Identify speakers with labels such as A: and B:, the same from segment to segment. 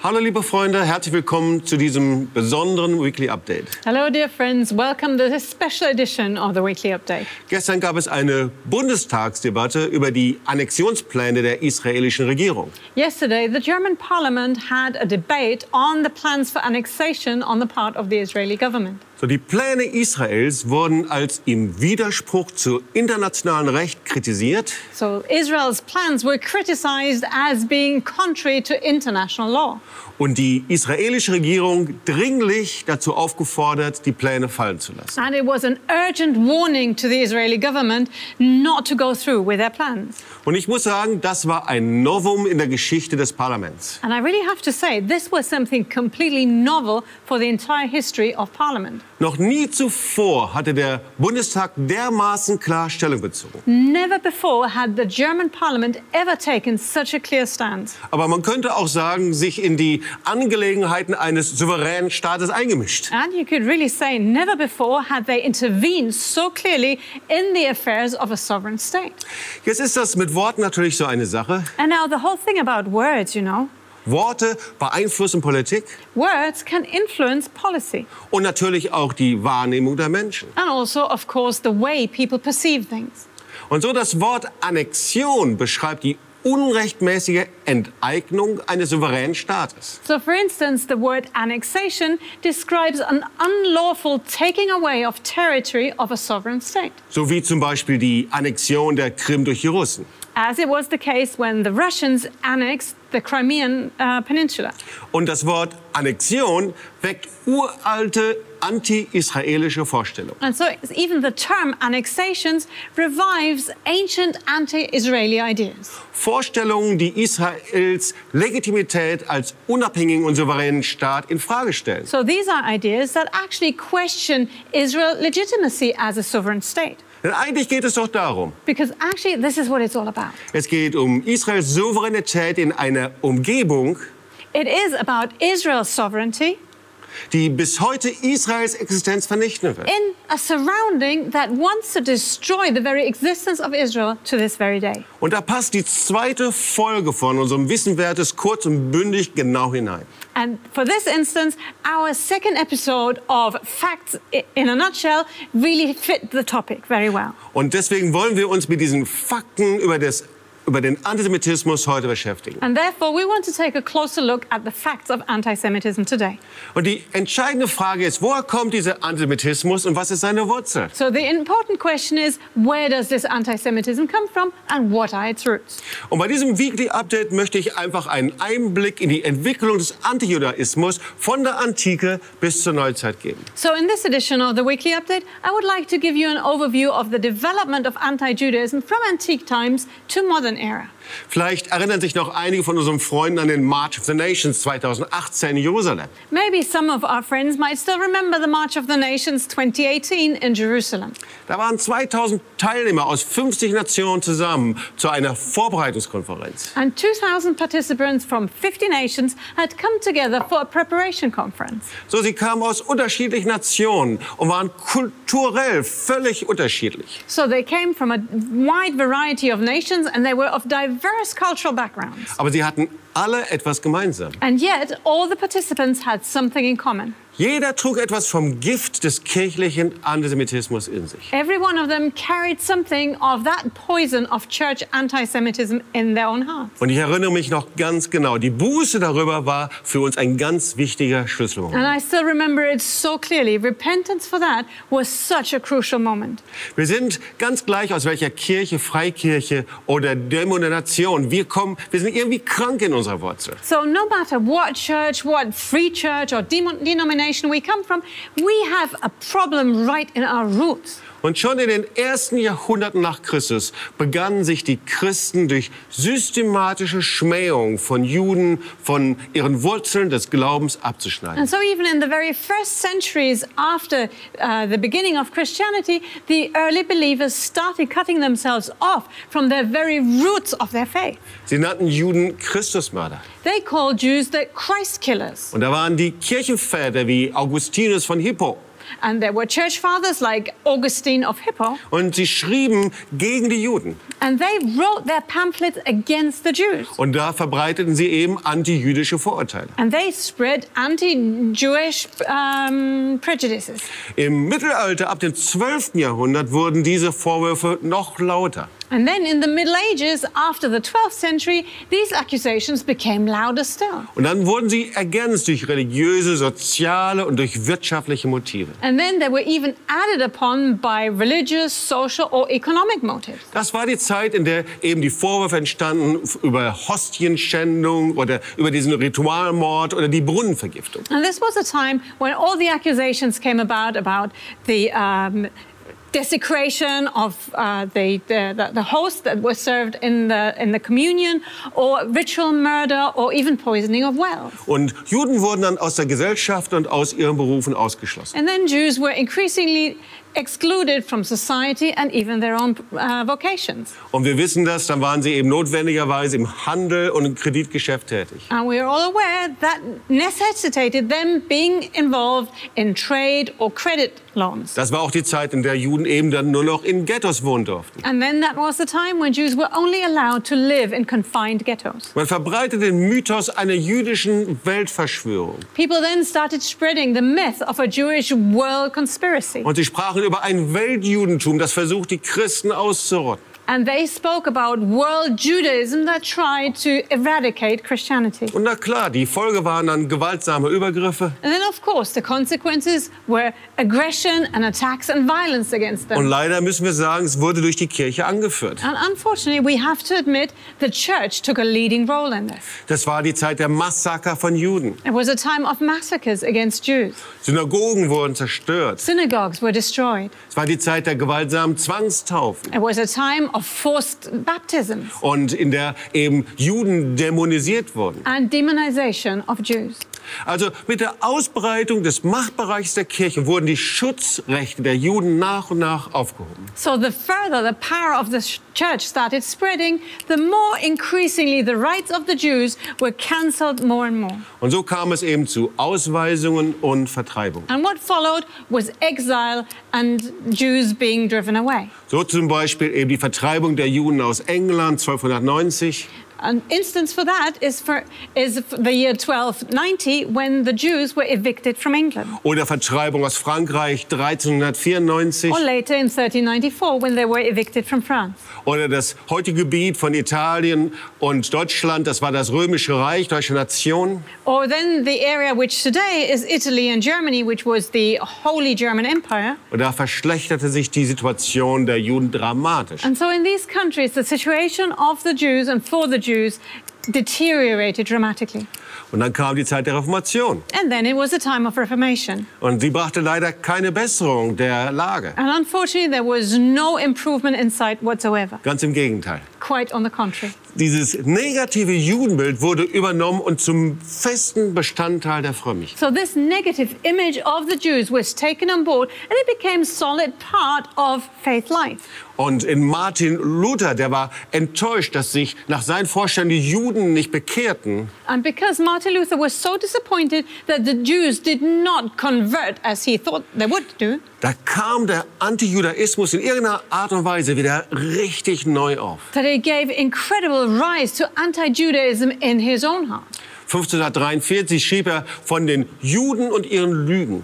A: Hallo liebe Freunde, herzlich willkommen zu diesem besonderen Weekly Update.
B: Hello, dear friends. Welcome to this special edition of the Weekly Update.
A: Gestern gab es eine Bundestagsdebatte über die Annexionspläne der israelischen Regierung.
B: Yesterday, the German parliament had a debate on the plans for annexation on the part of the Israeli government.
A: So, die Pläne Israels wurden als im Widerspruch zu internationalem Recht kritisiert.
B: So, Israel's plans were criticized as being contrary to international law.
A: und die israelische Regierung dringlich dazu aufgefordert, die Pläne fallen zu lassen.
B: And it was an urgent warning to the Israeli government not to go through with their plans.
A: Und ich muss sagen, das war ein Novum in der Geschichte des Parlaments.
B: And I really have to say, this was something completely novel for the entire history of parliament.
A: Noch nie zuvor hatte der Bundestag dermaßen klar Stellung bezogen.
B: Never before had the German parliament ever taken such a clear stance.
A: Aber man könnte auch sagen, sich in die Angelegenheiten eines souveränen Staates eingemischt.
B: And you could really say never before had they intervened so clearly in the affairs of a sovereign state.
A: Jetzt ist das mit Worten natürlich so eine Sache.
B: And now the whole thing about words, you know,
A: Worte beeinflussen Politik
B: words can influence policy
A: und natürlich auch die Wahrnehmung der Menschen.
B: and also, of course, the way people perceive things.
A: Und so das Wort Annexion beschreibt die unrechtmäßige Enteignung eines souveränen Staates.
B: So, for instance, the word annexation describes an unlawful taking away of territory of a sovereign state,
A: So wie zum Beispiel die Annexion der Krim durch die Russen.
B: as it was the case when the Russians annexed the Crimean uh, Peninsula.
A: Und das Wort Annexion weckt uralte anti-israelische Vorstellungen.
B: And so it's- even the term annexations revives ancient anti Israeli ideas.
A: Vorstellungen, die Israels Legitimität als unabhängigen und souveränen Staat in Frage stellen.
B: So these are ideas that actually question Israel's legitimacy as a sovereign state.
A: Denn eigentlich geht es doch darum.
B: Because actually, this is what it's all about.
A: Es geht um Israels Souveränität in einer Umgebung,
B: It is about Israel's sovereignty
A: die bis heute Israels Existenz vernichten wird.
B: in a surrounding that wants to destroy the very existence of Israel to this very day.
A: Und da passt die zweite Folge von unserem Wissenwertes kurz und bündig genau hinein.
B: And for this instance, our second episode of Facts i- in a Nutshell really fit the topic very well.
A: Und deswegen wollen wir uns mit diesen Fakten über, das, über den Antisemitismus heute beschäftigen.
B: And therefore, we want to take a closer look at the facts of anti Semitism today.
A: Und die entscheidende Frage ist, woher kommt dieser Antisemitismus und was ist seine Wurzel?
B: So, the important question is where does this anti Semitism come from and what are its roots?
A: Und bei diesem Weekly Update möchte ich einfach einen Einblick in die Entwicklung des Antijudaismus von der Antike bis zur Neuzeit geben.
B: So, in this edition of the Weekly Update, I would like to give you an overview of the development of anti Judaism from antique times to modern era.
A: Vielleicht erinnern sich noch einige von unseren Freunden an den March of the Nations 2018 in Jerusalem.
B: Maybe some of our friends might still remember the March of the Nations 2018 in Jerusalem.
A: Da waren 2000 Teilnehmer aus 50 Nationen zusammen zu einer Vorbereitungskonferenz.
B: And 2,000 participants from 50 nations had come together for a preparation conference.
A: So, sie kamen aus unterschiedlichen Nationen und waren kulturell völlig unterschiedlich.
B: So they came from a wide variety of nations and they were of diverse cultural backgrounds.
A: Aber sie hatten alle etwas gemeinsam.
B: And yet, all the participants had something in common.
A: Jeder trug etwas vom Gift des kirchlichen Antisemitismus in sich.
B: Every one of them carried something of that poison of church anti Semitism in their own hearts.
A: Und ich erinnere mich noch ganz genau, die Buße darüber war für uns ein ganz wichtiger Schlüsselmoment.
B: And I still remember it so clearly. Repentance for that was such a crucial moment.
A: Wir sind ganz gleich aus welcher Kirche, Freikirche oder Dämonination. Wir kommen, wir sind irgendwie krank in unserer Wurzel.
B: So, no matter what church, what free church or demon- denomination we come from, we have a problem right in our roots.
A: Und schon in den ersten Jahrhunderten nach Christus begannen sich die Christen durch systematische Schmähung von Juden von ihren Wurzeln des Glaubens abzuschneiden.
B: And so, even in the very first centuries after uh, the beginning of Christianity, the early believers started cutting themselves off from their very roots of their faith.
A: Sie nannten Juden Christusmörder.
B: They called Jews the Christ killers.
A: Und da waren die Kirchenväter wie Augustinus von Hippo
B: And there were church fathers like Augustine of Hippo,
A: Und sie schrieben gegen die Juden.
B: and they wrote their pamphlets against the Jews.
A: Und da verbreiteten sie eben antijüdische Vorurteile.
B: And they spread anti Jewish um, prejudices.
A: Im Mittelalter, ab dem 12. Jahrhundert, wurden diese Vorwürfe noch lauter.
B: And then in the Middle Ages, after the 12th century, these accusations became louder still.
A: Und dann wurden sie ergänzt durch religiöse, soziale und durch wirtschaftliche Motive.
B: And then they were even added upon by religious, social, or economic motives.
A: Das war die Zeit, in der eben die Vorwürfe entstanden f- über Hostienschändung oder über diesen Ritualmord oder die Brunnenvergiftung.
B: And this was a time when all the accusations came about about the um, desecration of uh, the, the, the- the host that was served in the, in the communion, or ritual murder, or even poisoning of wells.
A: Und Juden wurden dann aus der Gesellschaft und aus ihren Berufen ausgeschlossen.
B: And then Jews were increasingly excluded from society and even their own uh, vocations.
A: Und wir wissen das, dann waren sie eben notwendigerweise im Handel und im Kreditgeschäft tätig.
B: And we are all aware that necessitated them being involved in trade or credit loans.
A: Das war auch die Zeit, in der Juden eben dann nur noch in Ghettos wohnen durften.
B: And then that was the time when Jews were only allowed to live in confined ghettos.
A: Man verbreitete den Mythos einer jüdischen Weltverschwörung.
B: People then started spreading the myth of a Jewish world conspiracy.
A: Und sie sprachen über ein Weltjudentum, das versucht, die Christen auszurotten.
B: And they spoke about world Judaism that tried to eradicate Christianity.
A: Und na klar, die Folge waren dann gewaltsame Übergriffe
B: And then, of course, the consequences were aggression and attacks and violence against
A: Und
B: them.
A: leider müssen wir sagen, es wurde durch die Kirche angeführt.
B: And unfortunately, we have to admit the church took a leading role in this.
A: Das war die Zeit der Massaker von Juden.
B: It was a time of massacres against Jews.
A: Synagogen wurden zerstört.
B: Synagogues were destroyed.
A: Es war die Zeit der gewaltsamen Zwangstaufen.
B: It was a time of forced baptisms
A: Und in der eben Juden dämonisiert wurden.
B: and demonization of Jews.
A: Also mit der Ausbreitung des Machtbereichs der Kirche wurden die Schutzrechte der Juden nach und nach aufgehoben.
B: So, the further the power of the sh- church started spreading, the more increasingly the rights of the Jews were cancelled more and more.
A: Und so kam es eben zu Ausweisungen und Vertreibung.
B: And what followed was exile and Jews being driven away.
A: So zum Beispiel eben die Vertreibung der Juden aus England 1290.
B: An instance for that is for is for the year 1290 when the Jews were evicted from England,
A: Oder Vertreibung aus Frankreich 1394.
B: or later in 1394 when they were evicted from France.
A: Oder das heutige Gebiet von Italien und Deutschland, das war das Römische Reich, deutsche Nation.
B: Or then the area which today is Italy and Germany, which was the Holy German Empire.
A: Und da verschlechterte sich die Situation der Juden dramatisch.
B: And so in these countries, the situation of the Jews and for the Jews deteriorated dramatically.
A: Und dann kam die Zeit der Reformation.
B: And then it was a time of Reformation.
A: Und sie brachte leider keine Besserung der Lage.
B: And unfortunately, there was no improvement in sight whatsoever.
A: Ganz im Gegenteil.
B: Quite on the contrary.
A: Dieses negative Judenbild wurde übernommen und zum festen Bestandteil der Frömmigkeit.
B: So this negative image of the Jews was taken on board and it became solid part of faith life.
A: Und in Martin Luther, der war enttäuscht, dass sich nach seinen Vorstellungen die Juden nicht bekehrten.
B: And because Martin Luther was so disappointed that the Jews did not convert as he thought they would do,
A: Da kam der Antijudaismus in irgendeiner Art und Weise wieder richtig neu auf.
B: that it gave incredible rise to anti-Judaism in his own heart.
A: 1543 schrieb er von den Juden und ihren Lügen.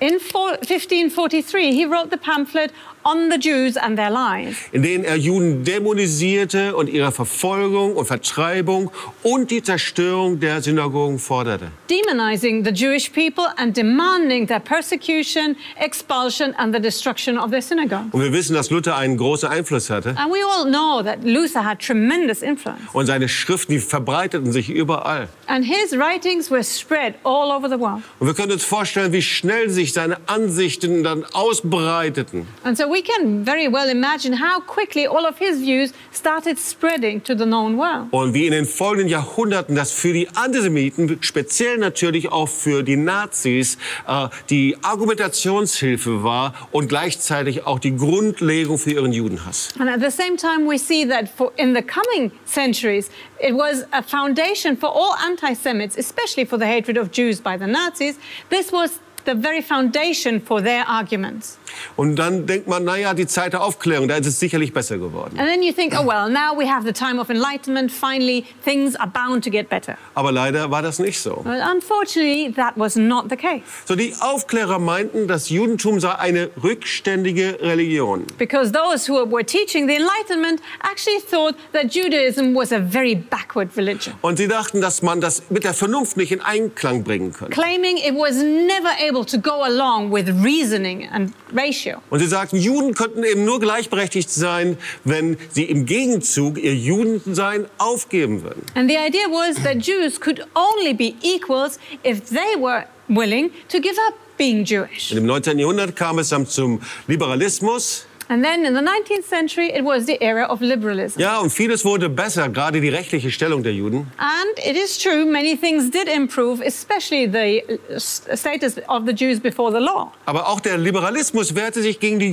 B: In four- 1543, he wrote the pamphlet on the Jews and their lies.
A: in denen er Juden dämonisierte und ihre Verfolgung und Vertreibung und die Zerstörung der Synagogen forderte.
B: demonizing the Jewish people and demanding their persecution, expulsion, and the destruction of their synagogue.
A: Und wir wissen, dass Luther einen großen Einfluss hatte
B: And we all know that Luther had tremendous influence,
A: und seine Schriften, die verbreiteten sich überall.
B: and his writings were spread all over the world.
A: Und wir können uns vorstellen, wie schnell sich seine Ansichten dann ausbreiteten.
B: And so we can very well imagine how quickly all of his views started spreading to the known world.
A: Und wie in den folgenden Jahrhunderten das für die Antisemiten, speziell natürlich auch für die Nazis, äh, die Argumentationshilfe war und gleichzeitig auch die Grundlegung für ihren Judenhass.
B: And at the same time, we see that for, in the coming centuries, it was a foundation for all anti Semites, especially for the hatred of Jews by the Nazis. This was the very foundation for their arguments.
A: Und dann denkt man, naja, die Zeit der Aufklärung, da ist es sicherlich besser geworden.
B: And then you think, oh, well, now we have the time of enlightenment. Finally, things are bound to get better.
A: Aber leider war das nicht so.
B: But unfortunately, that was not the case.
A: So, die Aufklärer meinten, das Judentum sei eine rückständige Religion.
B: Because those who were teaching the Enlightenment actually thought that Judaism was a very backward religion,
A: Und sie dachten, dass man das mit der Vernunft nicht in Einklang bringen könne.
B: claiming it was never able to go along with reasoning and ratio.
A: Und sie sagten, Juden könnten eben nur gleichberechtigt sein, wenn sie im Gegenzug ihr Judensein aufgeben würden.
B: And the idea was that Jews could only be equals if they were willing to give up being Jewish.
A: Und Im 19. Jahrhundert kam es dann zum Liberalismus.
B: And then in the 19th century, it was the era of liberalism.
A: Ja, und vieles wurde besser, gerade die rechtliche Stellung der Juden.
B: And it is true, many things did improve, especially the uh, s- status of the Jews before the law.
A: Aber auch der Liberalismus wehrte sich gegen die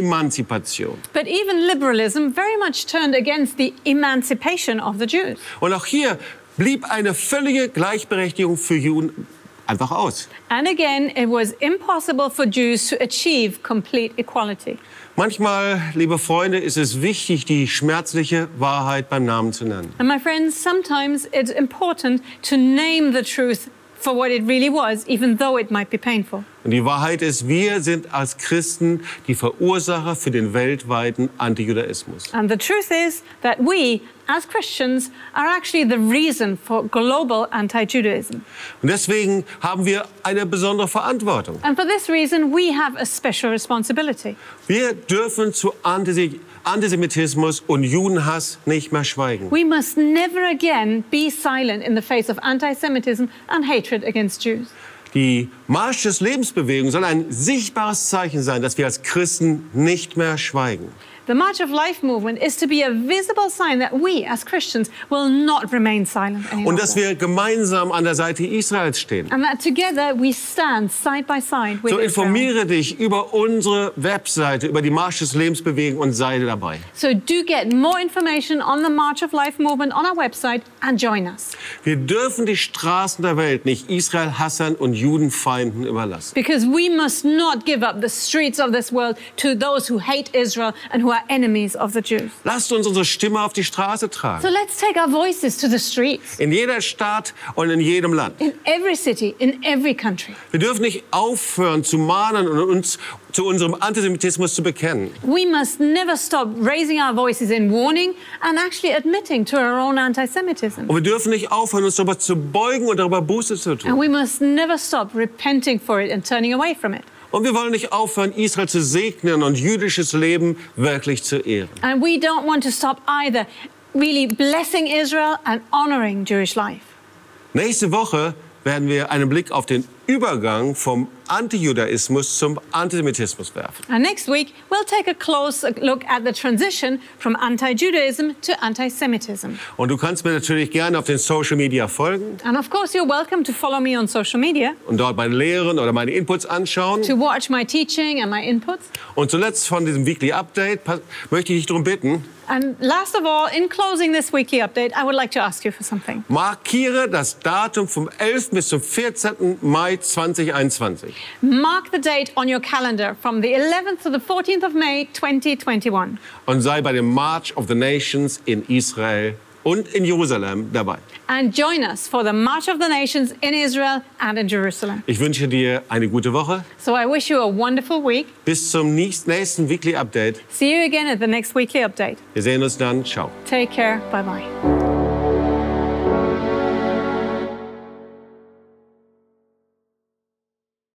A: Judenemanzipation.
B: But even liberalism very much turned against the emancipation of the Jews.
A: Und auch hier blieb eine völlige Gleichberechtigung für Juden einfach aus.
B: And again, it was impossible for Jews to achieve complete equality.
A: Manchmal, liebe Freunde, ist es wichtig, die schmerzliche Wahrheit beim Namen zu nennen.
B: And my friends, sometimes it's important to name the truth for what it really was, even though it might be painful.
A: Und die Wahrheit ist, wir sind als Christen die Verursacher für den weltweiten Antijudaismus.
B: And the truth is that we, as Christians, are actually the reason for global anti Judaism.
A: Und deswegen haben wir eine besondere Verantwortung.
B: And for this reason, we have a special responsibility.
A: Wir dürfen zu Antise Antisemitismus und Judenhass nicht mehr schweigen.
B: We must never again be silent in the face of anti Semitism and hatred against Jews.
A: Die Marsch des Lebensbewegung soll ein sichtbares Zeichen sein, dass wir als Christen nicht mehr schweigen.
B: The March of Life movement is to be a visible sign that we, as Christians, will not remain silent any
A: Und
B: longer.
A: dass wir gemeinsam an der Seite Israels stehen.
B: And that together we stand side by side with
A: So
B: Israel.
A: informiere dich über unsere Webseite, über die Marsch des Lebensbewegung und sei dabei.
B: So do get more information on the March of Life movement on our website and join us.
A: Wir dürfen die Straßen der Welt nicht Israel-Hassern und Judenfeinden überlassen.
B: Because we must not give up the streets of this world to those who hate Israel and who are enemies of the Jews.
A: Lasst uns unsere Stimme auf die Straße
B: So
A: tragen.
B: let's take our voices to the streets
A: In jeder Stadt und in jedem Land.
B: in every city, in every country.
A: Wir dürfen nicht aufhören zu mahnen und uns zu unserem Antisemitismus zu bekennen.
B: We must never stop raising our voices in warning and actually admitting to our own anti Semitism.
A: Und wir dürfen nicht aufhören, uns darüber zu beugen und darüber Buße zu
B: And
A: tun.
B: we must never stop repenting for it and turning away from it.
A: Und wir wollen nicht aufhören, Israel zu segnen und jüdisches Leben wirklich zu ehren.
B: And we don't want to stop either, really blessing Israel and honoring Jewish life.
A: Nächste Woche werden wir einen Blick auf den Übergang vom Antijudaismus zum Antisemitismus werfen.
B: And next week, we'll take a close look at the transition from anti Judaism to anti Semitism.
A: Und du kannst mir natürlich gerne auf den Social Media folgen
B: And of course, you're welcome to follow me on social media
A: und dort meine Lehren oder meine Inputs anschauen.
B: to watch my teaching and my inputs.
A: Und zuletzt von diesem Weekly Update pa- möchte ich dich darum bitten,
B: And last of all, in closing this weekly update, I would like to ask you for something.
A: Markiere das Datum vom 11. bis zum 14. Mai 2021.
B: Mark the date on your calendar from the 11th to the 14th of May 2021
A: und sei bei dem March of the Nations in Israel und in Jerusalem dabei.
B: and join us for the March of the Nations in Israel and in Jerusalem.
A: Ich wünsche dir eine gute Woche.
B: So I wish you a wonderful week.
A: Bis zum nächst- nächsten Weekly Update.
B: See you again at the next weekly update.
A: Wir sehen uns dann. Ciao.
B: Take care. Bye bye.